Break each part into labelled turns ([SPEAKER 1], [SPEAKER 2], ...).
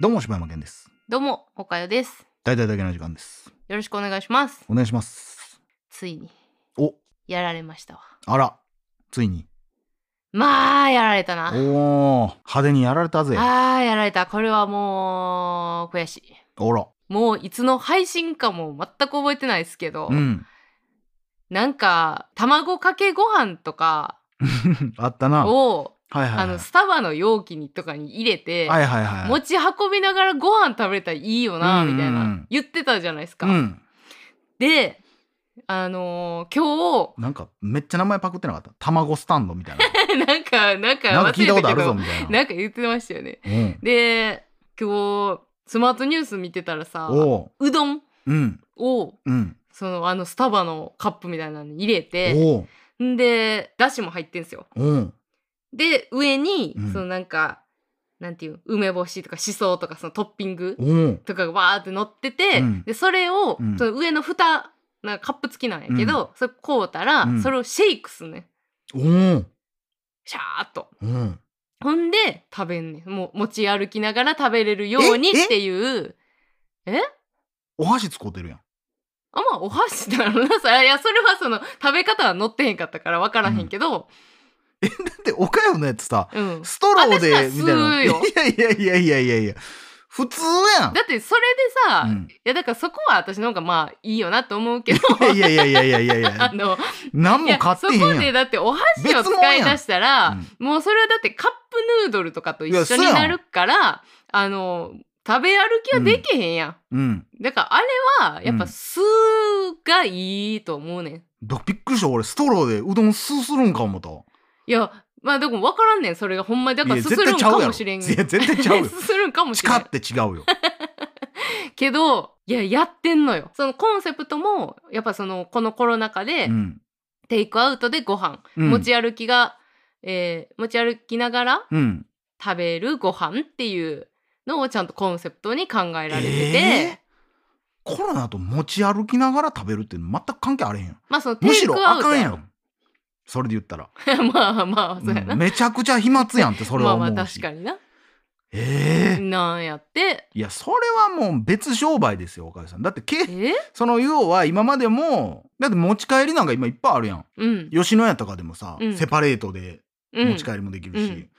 [SPEAKER 1] どうも柴山健です
[SPEAKER 2] どうも、おかよです。
[SPEAKER 1] 大体だけの時間です
[SPEAKER 2] よろしくお願いします。
[SPEAKER 1] お願いします
[SPEAKER 2] ついに、
[SPEAKER 1] お
[SPEAKER 2] やられましたわ。
[SPEAKER 1] あらついに
[SPEAKER 2] まあ、やられたな。
[SPEAKER 1] おお派手にやられたぜあ
[SPEAKER 2] ああ、やられた。これはもう、悔しい。
[SPEAKER 1] ら
[SPEAKER 2] もう、いつの配信かも全く覚えてないですけど、
[SPEAKER 1] うん
[SPEAKER 2] なんか、卵かけご飯とか
[SPEAKER 1] あったなはい
[SPEAKER 2] を、
[SPEAKER 1] はいはい
[SPEAKER 2] あの、スタバの容器にとかに入れて、
[SPEAKER 1] はいはいはい
[SPEAKER 2] 持ち運びながらご飯食べれたらいいよな、
[SPEAKER 1] うんうんうん
[SPEAKER 2] みたいな、言ってたじゃないですか。
[SPEAKER 1] うん
[SPEAKER 2] で、あのー今
[SPEAKER 1] なんかめっちゃ名前パクってなかった卵スタンドみたい な
[SPEAKER 2] 日、なんか、なんか
[SPEAKER 1] なん
[SPEAKER 2] 忘れ
[SPEAKER 1] か聞いたことあ
[SPEAKER 2] た
[SPEAKER 1] る
[SPEAKER 2] け
[SPEAKER 1] ぞ
[SPEAKER 2] ど、
[SPEAKER 1] みたいな
[SPEAKER 2] なんか言ってましたよね。
[SPEAKER 1] うん
[SPEAKER 2] で今日スマートニュース見てたらさ
[SPEAKER 1] おお
[SPEAKER 2] うどん
[SPEAKER 1] うん
[SPEAKER 2] を
[SPEAKER 1] うん
[SPEAKER 2] そのあのスタバのカップみたいなのに入れて
[SPEAKER 1] お
[SPEAKER 2] んでだしも入ってんすよ
[SPEAKER 1] おうん
[SPEAKER 2] で上に、
[SPEAKER 1] うん
[SPEAKER 2] そのなんかなんていう梅干しとかしそとかそのトッピング
[SPEAKER 1] おお
[SPEAKER 2] とかがわーって乗ってて、
[SPEAKER 1] うん
[SPEAKER 2] でそれを、
[SPEAKER 1] うん
[SPEAKER 2] その上の蓋なんかカップ付きなんやけど、それこうたら、
[SPEAKER 1] うん
[SPEAKER 2] それをシェイクすんねん
[SPEAKER 1] おお
[SPEAKER 2] シャーっと
[SPEAKER 1] うん
[SPEAKER 2] ほんで食べんねんもう持ち歩きながら食べれるように
[SPEAKER 1] ええ
[SPEAKER 2] っていう
[SPEAKER 1] お箸使うてるやん
[SPEAKER 2] あまあお箸だろうなさい やそれはその食べ方は載ってへんかったから分からへんけど
[SPEAKER 1] で岡山のやつさ
[SPEAKER 2] うん、
[SPEAKER 1] ストローで
[SPEAKER 2] 私
[SPEAKER 1] み
[SPEAKER 2] は
[SPEAKER 1] たいな。
[SPEAKER 2] 吸う
[SPEAKER 1] い
[SPEAKER 2] よ
[SPEAKER 1] やいやいやいやいやいや。普通やん
[SPEAKER 2] だ。ってそれでさ、
[SPEAKER 1] うん
[SPEAKER 2] いやだからそこは私の方がまあいいよなと思 うけど
[SPEAKER 1] いやいやいやいやいやい
[SPEAKER 2] あ
[SPEAKER 1] や。
[SPEAKER 2] の
[SPEAKER 1] 何
[SPEAKER 2] い
[SPEAKER 1] も
[SPEAKER 2] や
[SPEAKER 1] 買っ
[SPEAKER 2] そ
[SPEAKER 1] てへん
[SPEAKER 2] こで
[SPEAKER 1] やん。
[SPEAKER 2] だってお箸を
[SPEAKER 1] 別もん
[SPEAKER 2] 使
[SPEAKER 1] や
[SPEAKER 2] い
[SPEAKER 1] ん
[SPEAKER 2] 出したら
[SPEAKER 1] うん
[SPEAKER 2] もうそれはだってカップヌードルとかと一
[SPEAKER 1] いやそ
[SPEAKER 2] 緒
[SPEAKER 1] う
[SPEAKER 2] に
[SPEAKER 1] やん
[SPEAKER 2] なるからあの食べ歩きはできへんやん、
[SPEAKER 1] うん。
[SPEAKER 2] だからあれはやっぱ
[SPEAKER 1] うん
[SPEAKER 2] 酢がいいと思うねん
[SPEAKER 1] だびっくりした俺ストローでうどんすするんか思った。
[SPEAKER 2] いやまあでも分からんねんそれがほんまにだ
[SPEAKER 1] い
[SPEAKER 2] か
[SPEAKER 1] や
[SPEAKER 2] らすするん
[SPEAKER 1] ちゃ
[SPEAKER 2] か
[SPEAKER 1] うやろ
[SPEAKER 2] もしれん。
[SPEAKER 1] いや絶対ちゃうよ
[SPEAKER 2] すするんかもし
[SPEAKER 1] 地
[SPEAKER 2] れ
[SPEAKER 1] 下
[SPEAKER 2] ん
[SPEAKER 1] って違うよ。
[SPEAKER 2] けどいややってんのよそのコンセプトもやっぱそのこのコロナ禍で、
[SPEAKER 1] うん。
[SPEAKER 2] テイクアウトでご飯、
[SPEAKER 1] うん
[SPEAKER 2] 持ち歩きが、えー持ち歩きながら
[SPEAKER 1] うん。
[SPEAKER 2] 食べるご飯っていうのをちゃんとコンセプトに考えられてて、
[SPEAKER 1] えーコロナと持ち歩きながら食べるって全く関係あれへんやん。
[SPEAKER 2] まあそのテ
[SPEAKER 1] む
[SPEAKER 2] イ
[SPEAKER 1] し
[SPEAKER 2] ク
[SPEAKER 1] ろ
[SPEAKER 2] ア
[SPEAKER 1] あ
[SPEAKER 2] ウト
[SPEAKER 1] かんやん。それで言ったら、
[SPEAKER 2] ん まあまあそうやな、
[SPEAKER 1] うんめちゃくちゃ飛沫やんってそれ
[SPEAKER 2] ま
[SPEAKER 1] は
[SPEAKER 2] あ
[SPEAKER 1] 思
[SPEAKER 2] ま
[SPEAKER 1] う
[SPEAKER 2] あ
[SPEAKER 1] し。
[SPEAKER 2] 確かにな
[SPEAKER 1] ええ
[SPEAKER 2] なんやって
[SPEAKER 1] いやそれはもう別商売ですよお母さん。だって経
[SPEAKER 2] え
[SPEAKER 1] その要は今までもだって持ち帰りなんか今いっぱいあるやん
[SPEAKER 2] うん
[SPEAKER 1] 吉野家とかでもさ、
[SPEAKER 2] うん
[SPEAKER 1] セパレートで
[SPEAKER 2] うん
[SPEAKER 1] 持ち帰りもできるし、
[SPEAKER 2] うん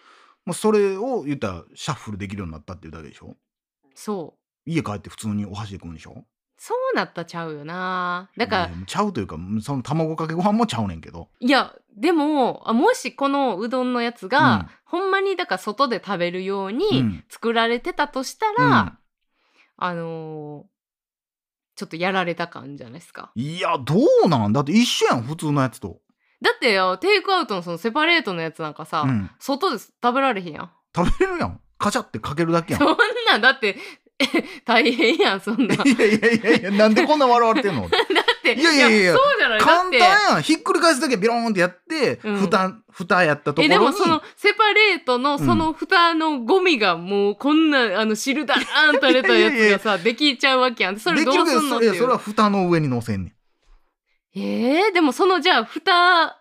[SPEAKER 1] もうそれを言ったらシャッフルできるようになったっていうだけでしょ
[SPEAKER 2] そう
[SPEAKER 1] 家帰って普通にお箸で食うんでしょ
[SPEAKER 2] そうなったちゃうよなだから、
[SPEAKER 1] いやちゃうというかその卵かけご飯もちゃうねんけど
[SPEAKER 2] いやでもあもしこのうどんのやつが、ほんまにだから外で食べるよう
[SPEAKER 1] う
[SPEAKER 2] に
[SPEAKER 1] ん
[SPEAKER 2] 作られてたとしたら、あのーちょっとやられた感じゃないですか。
[SPEAKER 1] いやどうなんだって一緒やん普通のやつと、
[SPEAKER 2] だってよテイクアウトのそのセパレートのやつなんかさ、
[SPEAKER 1] うん、
[SPEAKER 2] 外で食べられへんや ん。
[SPEAKER 1] 食べれるやんカチャってかけるだけやん
[SPEAKER 2] そんなんだってえ大変やんそんな。だっ
[SPEAKER 1] いやいやいやいやなんでこんな笑われてん の俺
[SPEAKER 2] て
[SPEAKER 1] いやいやいやいや
[SPEAKER 2] そうじゃないだ
[SPEAKER 1] 簡
[SPEAKER 2] っ
[SPEAKER 1] 単
[SPEAKER 2] て
[SPEAKER 1] やんひっくり返すだけビローンってやって、
[SPEAKER 2] うん
[SPEAKER 1] 蓋蓋やったところ
[SPEAKER 2] え
[SPEAKER 1] に
[SPEAKER 2] でもそのセパレートの
[SPEAKER 1] うん
[SPEAKER 2] その蓋のゴミがもうこんなあの汁だらーんとれたやつがさできちゃうわけやんそれどうすんのって
[SPEAKER 1] できるけどそいや
[SPEAKER 2] い
[SPEAKER 1] それ
[SPEAKER 2] う
[SPEAKER 1] は蓋の上に乗せんね
[SPEAKER 2] えー、でもそのじゃあ蓋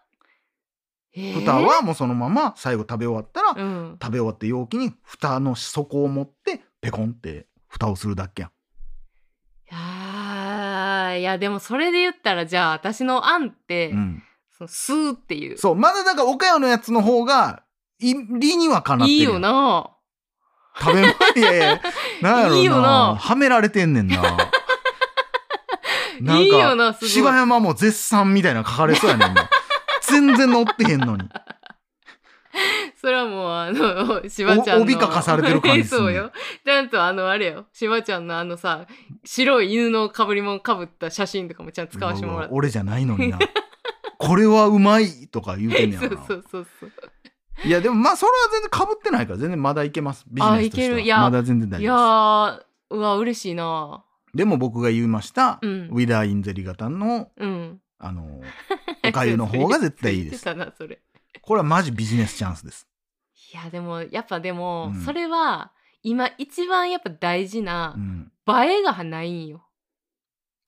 [SPEAKER 2] え
[SPEAKER 1] ん、
[SPEAKER 2] ー
[SPEAKER 1] 蓋はもうそのまま最後食べ終わったら、
[SPEAKER 2] うん
[SPEAKER 1] 食べ終わって容器に蓋の底を持ってペコンって蓋をするだけやん
[SPEAKER 2] いやーいやでもそれで言ったらじゃあ私の案って、
[SPEAKER 1] うん、
[SPEAKER 2] そのスーっていう
[SPEAKER 1] そうまだだから岡山のやつの方がい理にはかなって
[SPEAKER 2] い
[SPEAKER 1] る
[SPEAKER 2] い
[SPEAKER 1] やん
[SPEAKER 2] よな
[SPEAKER 1] 食べ物 いやいやなんやろうない
[SPEAKER 2] いよな
[SPEAKER 1] はめられてんねんな なんか
[SPEAKER 2] いいよなすごい
[SPEAKER 1] 柴山も絶賛みたいなの書かれそうやねんな全然乗ってへんのに
[SPEAKER 2] それはもうあの しばちゃん
[SPEAKER 1] お
[SPEAKER 2] の
[SPEAKER 1] 帯書かされてる感じすんね
[SPEAKER 2] そうよちゃんとあのあれよしばちゃんのあのさ白い犬の被り物かぶった写真とかもちゃんと 使わせてもら
[SPEAKER 1] う
[SPEAKER 2] っ
[SPEAKER 1] わうわ俺じゃないのになこれはうまいとか言うてん
[SPEAKER 2] て
[SPEAKER 1] ねやろ
[SPEAKER 2] そう
[SPEAKER 1] な
[SPEAKER 2] そうそうそう
[SPEAKER 1] いやでもまあそれは全然かぶってないから全然まだいけますビジネスとして
[SPEAKER 2] あいけ
[SPEAKER 1] は
[SPEAKER 2] るいや
[SPEAKER 1] まだ全然大
[SPEAKER 2] いや
[SPEAKER 1] 丈夫
[SPEAKER 2] ーうわ嬉しいな
[SPEAKER 1] ですでも僕が言いました、
[SPEAKER 2] うん
[SPEAKER 1] ウィダーインゼリ型の
[SPEAKER 2] うん
[SPEAKER 1] あの おかゆの方が絶対いいです
[SPEAKER 2] 言ってたなそれ
[SPEAKER 1] これはマジビジネスチャンスです
[SPEAKER 2] いやでもやっぱでも、
[SPEAKER 1] うん
[SPEAKER 2] それは今一番やっぱ大事な
[SPEAKER 1] うん
[SPEAKER 2] 映えがないんよ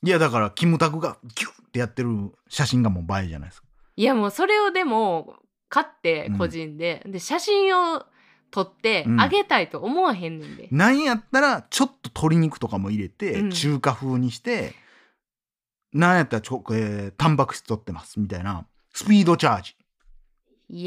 [SPEAKER 1] いやだからキムタクがギュッてやってる写真がもう映えじゃないですか
[SPEAKER 2] いやもうそれをでも買って
[SPEAKER 1] うん
[SPEAKER 2] 個人で、で写真を取って
[SPEAKER 1] うん
[SPEAKER 2] あげたいと思わへんねんで、
[SPEAKER 1] なんやったらちょっと鶏肉とかも入れて、
[SPEAKER 2] うん
[SPEAKER 1] 中華風にしてなんやったらちょ、えー、タンパク質取ってますみたいなスピードチャージ
[SPEAKER 2] い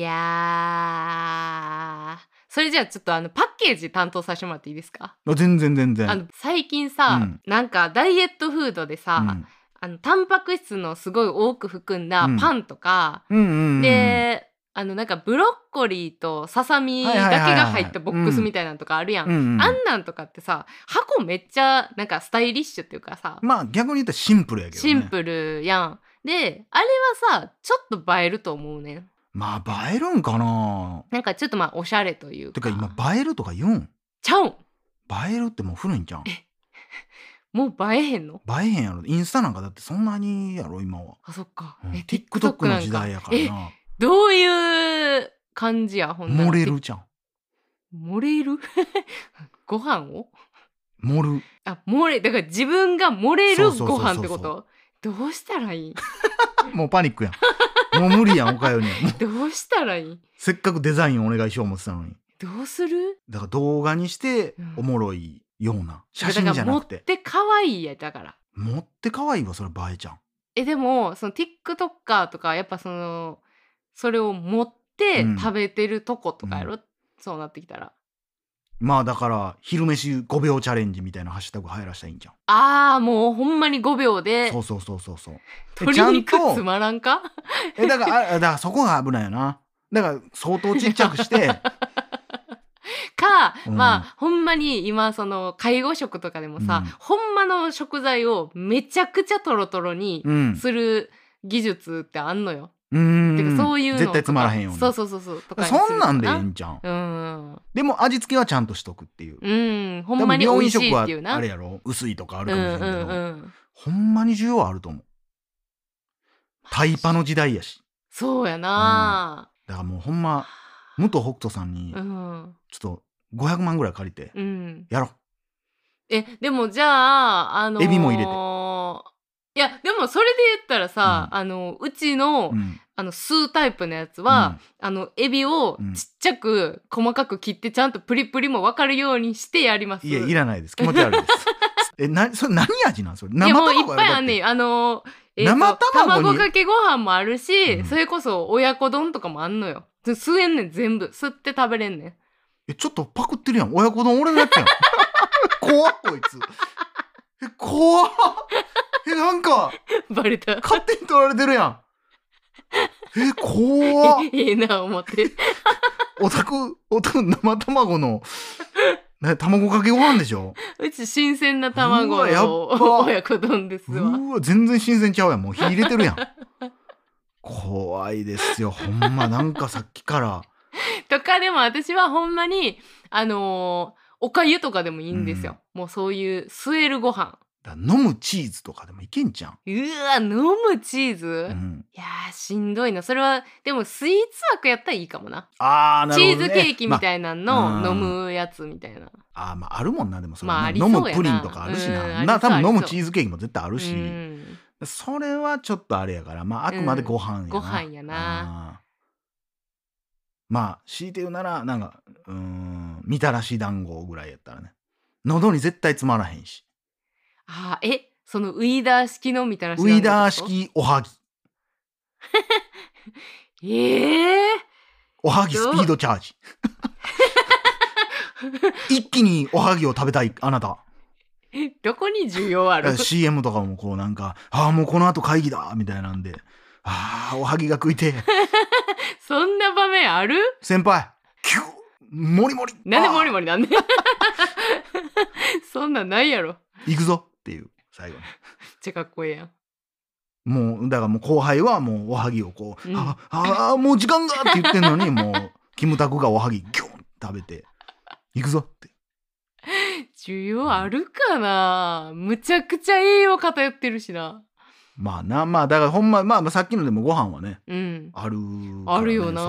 [SPEAKER 2] やーそれじゃあちょっとあのパッケージ担当させてもらっていいですか、
[SPEAKER 1] あ全然全然
[SPEAKER 2] あの最近さ、
[SPEAKER 1] うん
[SPEAKER 2] なんかダイエットフードでさ、
[SPEAKER 1] うん
[SPEAKER 2] あのタンパク質のすごい多く含んだ
[SPEAKER 1] うん
[SPEAKER 2] パンとか、
[SPEAKER 1] うんうんうんうん、
[SPEAKER 2] であのなんかブロッコリーとささみだけが入ったボックスみたいなのとかあるやん、
[SPEAKER 1] うんうん
[SPEAKER 2] あんなんとかってさ箱めっちゃなんかスタイリッシュっていうかさ、
[SPEAKER 1] まあ逆に言ったらシンプルやけどね
[SPEAKER 2] シンプルやん。であれはさちょっと映えると思うねん。
[SPEAKER 1] まあ映えるんかな
[SPEAKER 2] なんかちょっとまあおしゃれという
[SPEAKER 1] て
[SPEAKER 2] か。
[SPEAKER 1] か今映えるとか言うん
[SPEAKER 2] ちゃうん
[SPEAKER 1] 映えるってもう古いんじゃん映
[SPEAKER 2] もう映えへんの
[SPEAKER 1] えへんやろインスタなんかだってそんなにやろ今は、
[SPEAKER 2] あそっか。
[SPEAKER 1] うん
[SPEAKER 2] え
[SPEAKER 1] TikTok の時代やから
[SPEAKER 2] え
[SPEAKER 1] な
[SPEAKER 2] どういう感じやほんなら
[SPEAKER 1] 盛れるじゃん
[SPEAKER 2] 漏れる ご飯を
[SPEAKER 1] 盛る
[SPEAKER 2] あ漏れだから自分が漏れる
[SPEAKER 1] そうそうそう
[SPEAKER 2] ご
[SPEAKER 1] そうそう
[SPEAKER 2] 飯ってことどうしたらいい
[SPEAKER 1] もうパニックやんもう無理やんおかよにはもう
[SPEAKER 2] どうしたらいい
[SPEAKER 1] せっかくデザインお願いしよう思ってたのに
[SPEAKER 2] どうする
[SPEAKER 1] だから動画にして
[SPEAKER 2] うん
[SPEAKER 1] おもろいような写真じゃなく
[SPEAKER 2] だ
[SPEAKER 1] て
[SPEAKER 2] から持って可愛いやだから
[SPEAKER 1] 持って可愛いわそれ映えちゃん
[SPEAKER 2] えでもその TikToker とかやっぱそのそれを持って
[SPEAKER 1] うん
[SPEAKER 2] 食べてるとことかやろ、そうなってきたら
[SPEAKER 1] まあだから昼飯5秒チャレンジみたいなハッシュタグ流行らしたらいいんじゃん
[SPEAKER 2] あーもうほんまに5秒で
[SPEAKER 1] そうそうそうそうそうえちゃ
[SPEAKER 2] 鶏
[SPEAKER 1] ん
[SPEAKER 2] 肉
[SPEAKER 1] と
[SPEAKER 2] つまらんか
[SPEAKER 1] えだからあだからそこが危ないよなだから相当ちっちゃくして
[SPEAKER 2] か、
[SPEAKER 1] うん
[SPEAKER 2] まあほんまに今その介護食とかでもさ、
[SPEAKER 1] うん
[SPEAKER 2] ほんまの食材をめちゃくちゃトロトロに
[SPEAKER 1] うん
[SPEAKER 2] する技術ってあんのよ。
[SPEAKER 1] うーん
[SPEAKER 2] てかそういうの
[SPEAKER 1] 絶対つまらへんよう
[SPEAKER 2] ね。
[SPEAKER 1] に
[SPEAKER 2] そうそうそうそう。とかにする
[SPEAKER 1] そんなんでいい
[SPEAKER 2] か
[SPEAKER 1] んじゃん
[SPEAKER 2] うん。
[SPEAKER 1] でも味付けはちゃんとしとくっていう
[SPEAKER 2] うん。ほ
[SPEAKER 1] 多
[SPEAKER 2] んま
[SPEAKER 1] 分
[SPEAKER 2] に美
[SPEAKER 1] 病
[SPEAKER 2] 味
[SPEAKER 1] 院
[SPEAKER 2] し
[SPEAKER 1] 食
[SPEAKER 2] いっ
[SPEAKER 1] は
[SPEAKER 2] ていうな。
[SPEAKER 1] あれやろ薄いとかあ
[SPEAKER 2] うん
[SPEAKER 1] るか
[SPEAKER 2] う
[SPEAKER 1] もしれんけど、
[SPEAKER 2] んうん。
[SPEAKER 1] ほんまに需要はあると思うタイパの時代やし
[SPEAKER 2] そうやな、
[SPEAKER 1] だからもうほんま武藤北斗さんに
[SPEAKER 2] う
[SPEAKER 1] ちょっ
[SPEAKER 2] ん、
[SPEAKER 1] と500万ぐらい借りて
[SPEAKER 2] うん。
[SPEAKER 1] やろ
[SPEAKER 2] え、でもじゃあ、あのー
[SPEAKER 1] エビも入れ
[SPEAKER 2] いや、でもそれで言ったらさ、
[SPEAKER 1] う
[SPEAKER 2] あの、うちの、
[SPEAKER 1] う、うん
[SPEAKER 2] あの、スータイプのやつは、あの、エビを
[SPEAKER 1] うん
[SPEAKER 2] ちっちゃく、細かく切って、ちゃんとプリプリも分かるようにしてやります。
[SPEAKER 1] いやいらないです気持ち悪 いですえなそれ何味なんそれ
[SPEAKER 2] い
[SPEAKER 1] 生
[SPEAKER 2] やも
[SPEAKER 1] 卵
[SPEAKER 2] うい
[SPEAKER 1] や
[SPEAKER 2] っ
[SPEAKER 1] ろ
[SPEAKER 2] ぱいあんね
[SPEAKER 1] だって
[SPEAKER 2] ん。あのー、と
[SPEAKER 1] 生卵に
[SPEAKER 2] 卵かけご飯もあるし、
[SPEAKER 1] うん
[SPEAKER 2] それこそ親子丼とかもあんのよ。吸えんねん、全部。吸って食べれんねん。
[SPEAKER 1] えちょっとパクってるやん親子丼俺のやつやん 怖っこいつえ怖っえなんか
[SPEAKER 2] バレた。
[SPEAKER 1] 勝手に取られてるやんえ 怖っ
[SPEAKER 2] えええな、思って。
[SPEAKER 1] オタクオタク生卵のな卵かけご飯でしょ
[SPEAKER 2] うち新鮮な
[SPEAKER 1] うわやっ
[SPEAKER 2] 卵を
[SPEAKER 1] ば
[SPEAKER 2] 親子丼です
[SPEAKER 1] う
[SPEAKER 2] わ。
[SPEAKER 1] ーわ全然新鮮ちゃうやんもう火入れてるやん怖いですよほんまなんかさっきから
[SPEAKER 2] とかでも私はほんまに、あのーおかゆとかでもいいんですよ。もうそういう吸えるご飯。
[SPEAKER 1] だ飲むチーズとかでもいけんじゃん、
[SPEAKER 2] うわ、飲むチーズ、
[SPEAKER 1] うん、
[SPEAKER 2] いやーしんどいな。それは、でもスイーツ枠やったらいいかもな。
[SPEAKER 1] あーなる
[SPEAKER 2] チ
[SPEAKER 1] ほ
[SPEAKER 2] ー
[SPEAKER 1] ど、ね、
[SPEAKER 2] ズケーキみ
[SPEAKER 1] ま
[SPEAKER 2] たい
[SPEAKER 1] ま
[SPEAKER 2] なの
[SPEAKER 1] あ
[SPEAKER 2] 飲むやつみたいな。
[SPEAKER 1] ああーまああるもんなでもそれ、
[SPEAKER 2] まああり
[SPEAKER 1] 飲
[SPEAKER 2] そうやな
[SPEAKER 1] むプリンとかあるし
[SPEAKER 2] うん
[SPEAKER 1] な,、
[SPEAKER 2] ありそう
[SPEAKER 1] な多
[SPEAKER 2] あ
[SPEAKER 1] 分
[SPEAKER 2] りそう
[SPEAKER 1] 飲むチーズケーキも絶対あるし、
[SPEAKER 2] うん
[SPEAKER 1] それはちょっとあれやからまああくまでご飯やな、
[SPEAKER 2] ご飯やな
[SPEAKER 1] あーまあ強いて言うならなんかうーんみたらし団子ぐらいやったらね喉に絶対つまらへんし
[SPEAKER 2] あーえそのウィーダー式のみたいな
[SPEAKER 1] ウイダー式おはぎ
[SPEAKER 2] ええ
[SPEAKER 1] おはぎスピードチャ ージ一気におはぎを食べたいあなた
[SPEAKER 2] ー、どこに需要あ
[SPEAKER 1] だか
[SPEAKER 2] る
[SPEAKER 1] ら CM とかもこうなんか「ああもうこの後会議だ」みたいなんで「ああおはぎが食いて え
[SPEAKER 2] そんな場面ある
[SPEAKER 1] 先輩キュッモリモリ
[SPEAKER 2] なんでモリ
[SPEAKER 1] モ
[SPEAKER 2] モリなん でそんなんないやろ。
[SPEAKER 1] リ行くぞ」っていう最後に
[SPEAKER 2] めっちゃかっこええやん。
[SPEAKER 1] もうだからもう後輩はもうおはぎをこう「
[SPEAKER 2] うん
[SPEAKER 1] ああもう時間が」って言ってんの にもうキムタクがおはぎギュン食べて「行くぞ」って
[SPEAKER 2] 需要あるかなむちゃくちゃ栄養偏ってるしな。
[SPEAKER 1] まあなまあだからほんままあまあさっきのでもご飯はね
[SPEAKER 2] うん。
[SPEAKER 1] あるからね、
[SPEAKER 2] あるよ
[SPEAKER 1] それは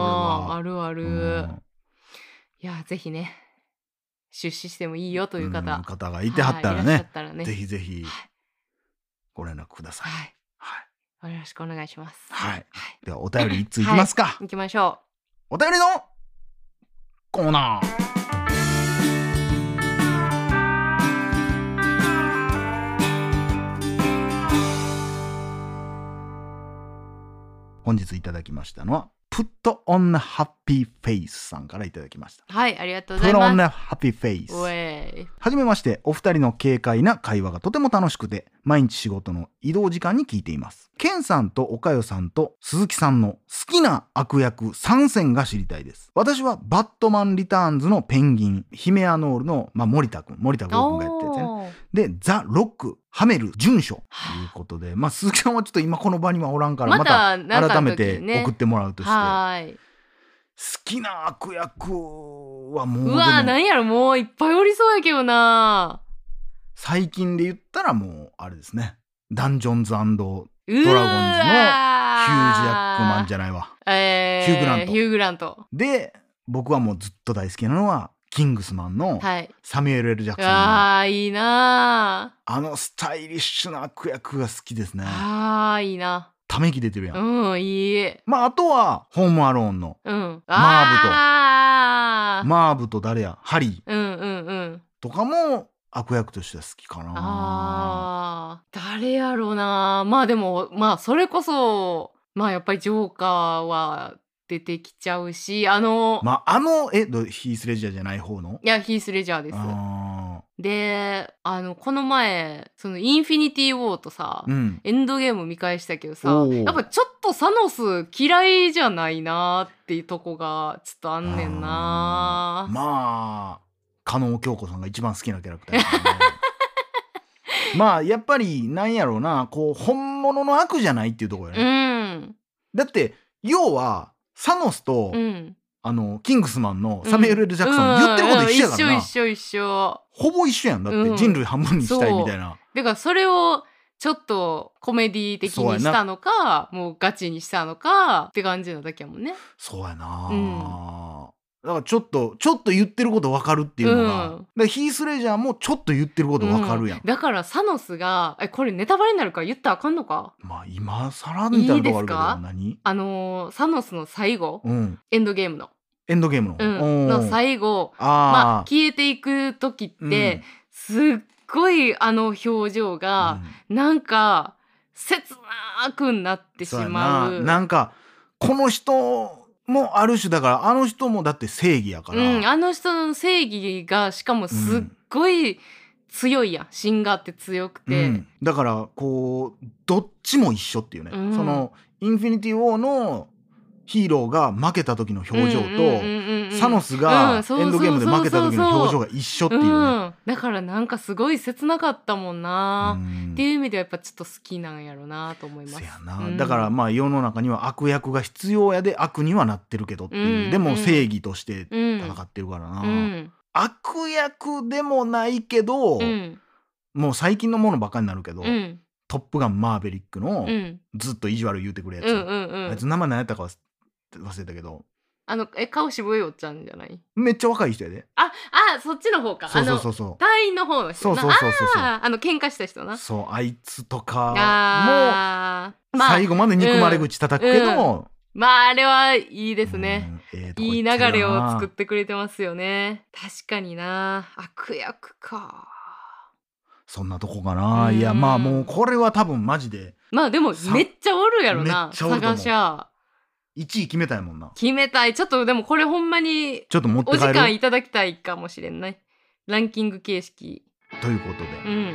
[SPEAKER 2] な。あるある。
[SPEAKER 1] うん
[SPEAKER 2] いや、ぜひね、出資してもいいよという
[SPEAKER 1] う
[SPEAKER 2] 方。
[SPEAKER 1] ん方がいてはったら
[SPEAKER 2] はいいらっしゃ
[SPEAKER 1] ね
[SPEAKER 2] っ、たらね
[SPEAKER 1] ぜひぜひ
[SPEAKER 2] はい
[SPEAKER 1] ご連絡ください。
[SPEAKER 2] はい。
[SPEAKER 1] は
[SPEAKER 2] よろしくお願いします。
[SPEAKER 1] はい
[SPEAKER 2] はい
[SPEAKER 1] ではお便り一通いきますか。
[SPEAKER 2] 行きましょ
[SPEAKER 1] お便りのコーナー。本日いただきましたのは、Put on a happy face さんからいただきました。
[SPEAKER 2] はい、ありがとうござ
[SPEAKER 1] Put
[SPEAKER 2] い
[SPEAKER 1] on
[SPEAKER 2] ま
[SPEAKER 1] a happy
[SPEAKER 2] す。
[SPEAKER 1] face。
[SPEAKER 2] おえい。
[SPEAKER 1] はじめまして、お二人の軽快な会話がとても楽しくて、毎日仕事の移動時間に聞いています。ケンさんとおかよさんと鈴木さんの好きな悪役3選が知りたいです。私はバットマンリターンズのペンギン、ヒメアノールの、まあ、森田くん、森田剛くんがやっててね。
[SPEAKER 2] おー
[SPEAKER 1] で、ザ・ロック、ハメル、準書ということで、まあ、鈴木さんはちょっと今この場にはおらんから、ま
[SPEAKER 2] ま
[SPEAKER 1] た
[SPEAKER 2] たなんか
[SPEAKER 1] 改
[SPEAKER 2] の
[SPEAKER 1] め
[SPEAKER 2] 時にね
[SPEAKER 1] て送ってもらうとして、好
[SPEAKER 2] はーい。
[SPEAKER 1] きな悪役はもう
[SPEAKER 2] うわー、
[SPEAKER 1] でも
[SPEAKER 2] なんやろ、もういっぱいおりそうやけどな。
[SPEAKER 1] 最近で言ったらもうあれですねダンジョンズヒュー
[SPEAKER 2] うーわー
[SPEAKER 1] ドラゴンズのヒュージャックマンじゃないわ
[SPEAKER 2] えー
[SPEAKER 1] ヒューグラント
[SPEAKER 2] ヒューグラント。
[SPEAKER 1] で僕はもうずっと大好きなのはキングスマンの
[SPEAKER 2] はい。
[SPEAKER 1] サミュエル・ L ・ジャクソンの、
[SPEAKER 2] あー、いいな
[SPEAKER 1] あのスタイリッシュな悪役が好きですね
[SPEAKER 2] ー。あー、いいな。
[SPEAKER 1] ため息出てるやん、
[SPEAKER 2] うん、いい。
[SPEAKER 1] まああとはホームアローンの
[SPEAKER 2] うん。あー
[SPEAKER 1] マーブと誰やハリー
[SPEAKER 2] うんうんうん。
[SPEAKER 1] とかも悪役としては好きかな
[SPEAKER 2] あー誰やろうなまあでもまあそれこそまあやっぱりジョーカーは出てきちゃうしあの、
[SPEAKER 1] まああのえどヒース・レジャーじゃない方の
[SPEAKER 2] いやヒース・レジャーです。
[SPEAKER 1] あ
[SPEAKER 2] であのこの前その「インフィニティ・ウォー」とさ、
[SPEAKER 1] ーうん
[SPEAKER 2] エンドゲーム見返したけどさ
[SPEAKER 1] おー
[SPEAKER 2] やっぱちょっとサノス嫌いじゃないなっていうとこがちょっとあんねんな
[SPEAKER 1] あーまあ加納京子さんが一番好きなキャラクターやから ねまあやっぱりなんやろうなこう本物の悪じゃないっていうところよ
[SPEAKER 2] う
[SPEAKER 1] ね、
[SPEAKER 2] ん
[SPEAKER 1] だって要はサノスと、
[SPEAKER 2] うん
[SPEAKER 1] あのキングスマンのサミュエル・ L ジャクソンの言ってること一緒やからな、
[SPEAKER 2] うんうん一緒一緒一緒
[SPEAKER 1] ほぼ一緒やんだって、
[SPEAKER 2] うん
[SPEAKER 1] 人類半分にしたいみたいな
[SPEAKER 2] だからそれをちょっとコメディ的にしたのかもうガチにしたのかって感じなだけやもんね。
[SPEAKER 1] そうやな、
[SPEAKER 2] うん
[SPEAKER 1] だからちょっとちょっと言ってること分かるっていうのが、
[SPEAKER 2] うん
[SPEAKER 1] だからヒース・レジャーもちょっと言ってること分かるやん
[SPEAKER 2] う、だからサノスがえこれネタバレになるから言ったらあかんのか
[SPEAKER 1] まあ今更みたいなとこあるけど
[SPEAKER 2] いいですか
[SPEAKER 1] 何
[SPEAKER 2] あのーサノスの最後
[SPEAKER 1] うん
[SPEAKER 2] エンドゲームの,、
[SPEAKER 1] エンドゲームの。
[SPEAKER 2] うん、
[SPEAKER 1] おー
[SPEAKER 2] の最後まあ
[SPEAKER 1] あー
[SPEAKER 2] 消えていく時って、
[SPEAKER 1] うん
[SPEAKER 2] すっごいあの表情が、なんか切なくなってし
[SPEAKER 1] そうや
[SPEAKER 2] まう。
[SPEAKER 1] ななんかこの人もある種だからあの人もだって正義やから、
[SPEAKER 2] うん、あの人の正義がしかもすっごい強いやん、芯があって強くて、
[SPEAKER 1] うんだからこうどっちも一緒っていうね、
[SPEAKER 2] うん
[SPEAKER 1] そのインフィニティ・ウォーのヒーローが負けた時の表情と、サノス
[SPEAKER 2] ス
[SPEAKER 1] が
[SPEAKER 2] うんそう
[SPEAKER 1] エンドゲームで負けた時の表情
[SPEAKER 2] そうそうそうそう
[SPEAKER 1] が一緒っていうね。
[SPEAKER 2] ん、だからなんかすごい切なかったもんな、
[SPEAKER 1] うん
[SPEAKER 2] っていう意味ではやっぱちょっと好きなんやろなと思います
[SPEAKER 1] せやな、
[SPEAKER 2] うん
[SPEAKER 1] だからまあ世の中には悪役が必要やで悪にはなってるけどっていう、
[SPEAKER 2] うん
[SPEAKER 1] でも正義として
[SPEAKER 2] うん
[SPEAKER 1] 戦ってるからな、
[SPEAKER 2] うん
[SPEAKER 1] 悪役でもないけど、
[SPEAKER 2] うん
[SPEAKER 1] もう最近のものばっかになるけど「
[SPEAKER 2] うん
[SPEAKER 1] トップガンマーヴェリック」の
[SPEAKER 2] うん
[SPEAKER 1] ずっと意地悪言うてくるやつ、
[SPEAKER 2] うんうんう
[SPEAKER 1] あいつ
[SPEAKER 2] ん
[SPEAKER 1] 名前何やったか忘忘れたけど
[SPEAKER 2] あのえ顔渋いおっちゃんじゃない
[SPEAKER 1] めっちゃ若い人やで
[SPEAKER 2] ああそっちの方か
[SPEAKER 1] そうそうそう
[SPEAKER 2] あの
[SPEAKER 1] そ
[SPEAKER 2] 隊員の方の
[SPEAKER 1] う
[SPEAKER 2] 人
[SPEAKER 1] そう
[SPEAKER 2] な
[SPEAKER 1] そうそうそうそう
[SPEAKER 2] あーあの喧嘩した人な
[SPEAKER 1] そうあいつとか
[SPEAKER 2] あー
[SPEAKER 1] も
[SPEAKER 2] まあ
[SPEAKER 1] 最後まで憎まれ口叩くけど、
[SPEAKER 2] まああれはいいですね。
[SPEAKER 1] うん、ええとこ行
[SPEAKER 2] いい
[SPEAKER 1] っ
[SPEAKER 2] 流
[SPEAKER 1] てるな
[SPEAKER 2] れを作ってくれてますよね。確かにな。悪役か。
[SPEAKER 1] そんなとこかな、
[SPEAKER 2] うん
[SPEAKER 1] いやまあもうこれは多分マジで
[SPEAKER 2] まあでも
[SPEAKER 1] さ
[SPEAKER 2] めっちゃおるやろな
[SPEAKER 1] め。っちゃおると思
[SPEAKER 2] 探
[SPEAKER 1] う
[SPEAKER 2] しゃ。
[SPEAKER 1] 1位決めたいもんな
[SPEAKER 2] 決めたい。ちょっとでもこれほんまに
[SPEAKER 1] ちょっと持って
[SPEAKER 2] お時
[SPEAKER 1] 帰
[SPEAKER 2] 間
[SPEAKER 1] る
[SPEAKER 2] いただきたいかもしれない。ランキング形式。
[SPEAKER 1] ということで、
[SPEAKER 2] うん。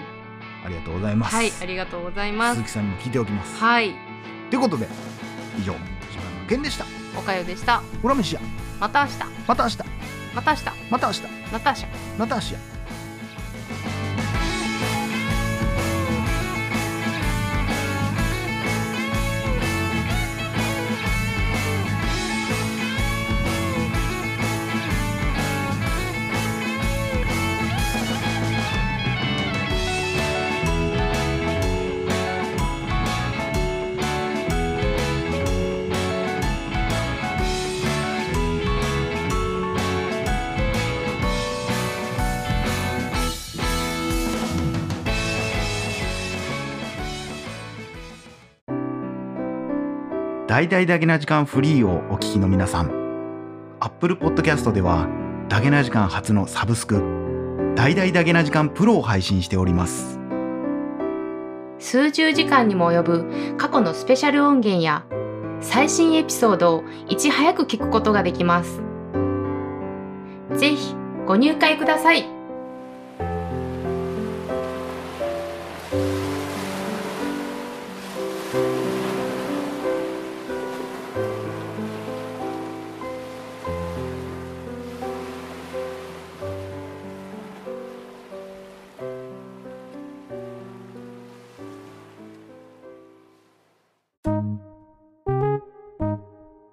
[SPEAKER 1] ありがとうございます、
[SPEAKER 2] はい。ありがとうございま
[SPEAKER 1] 鈴木
[SPEAKER 2] す。
[SPEAKER 1] さんにも聞いておきます、
[SPEAKER 2] はい。
[SPEAKER 1] ということで以上柴山健でした
[SPEAKER 2] おかよでした。
[SPEAKER 1] 裏飯屋
[SPEAKER 2] また明日。
[SPEAKER 1] また明日
[SPEAKER 2] また明日。
[SPEAKER 1] また明日
[SPEAKER 2] ナターシャ。
[SPEAKER 1] また明日や大々だけな時間フリーをお聞きの皆さん Apple Podcast ではだげな時間初のサブスク大々だけな時間プロを配信しております
[SPEAKER 2] 数十時間にも及ぶ過去のスペシャル音源や
[SPEAKER 3] 最新エピソードをいち早く聞くことができますぜひご入会ください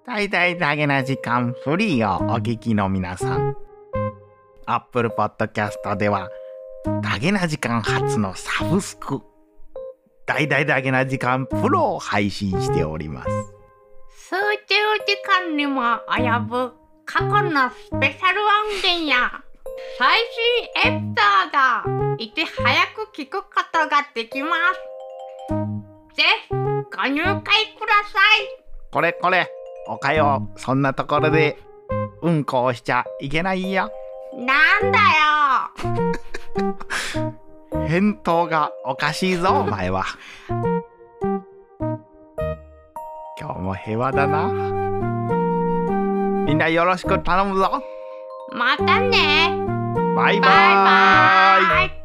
[SPEAKER 1] 大々だげな時間フリーをお聞きの皆さん Apple Podcast ではだげな時間初のサブスク大々だげな時間プロを配信しております
[SPEAKER 2] 数十時間にも及ぶ過去のスペシャル音源や最新エピソードをいち早く聞くことができます。ぜひご入会ください。
[SPEAKER 1] これこれおかよそんなところでうんこをしちゃいけないよ
[SPEAKER 2] なんだよ
[SPEAKER 1] 返答がおかしいぞお前は今日も平和だなみんなよろしく頼むぞ
[SPEAKER 2] またね
[SPEAKER 1] バイバーイ
[SPEAKER 2] バイバイ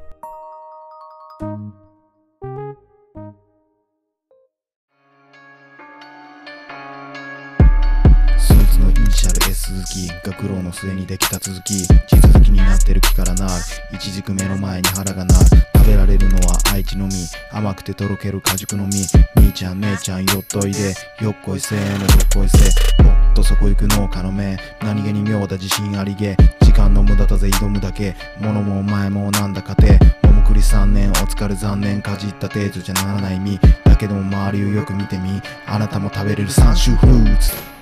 [SPEAKER 4] スーツのイニシャル S 鈴木が苦労の末にできた続き地続きになってる木からなる一軸目の前に腹がなる食べられるのは愛知の実甘くてとろける果熟の実兄ちゃん姉ちゃんよっといでよっこいせーのよっこいせもっとそこ行く農家の目何気に妙だ自信ありげ時間の無駄だぜ挑むだけ物もお前もなんだかて桃栗3年お疲れ残念かじった程度じゃならない実だけども周りをよく見てみあなたも食べれる三種フルーツ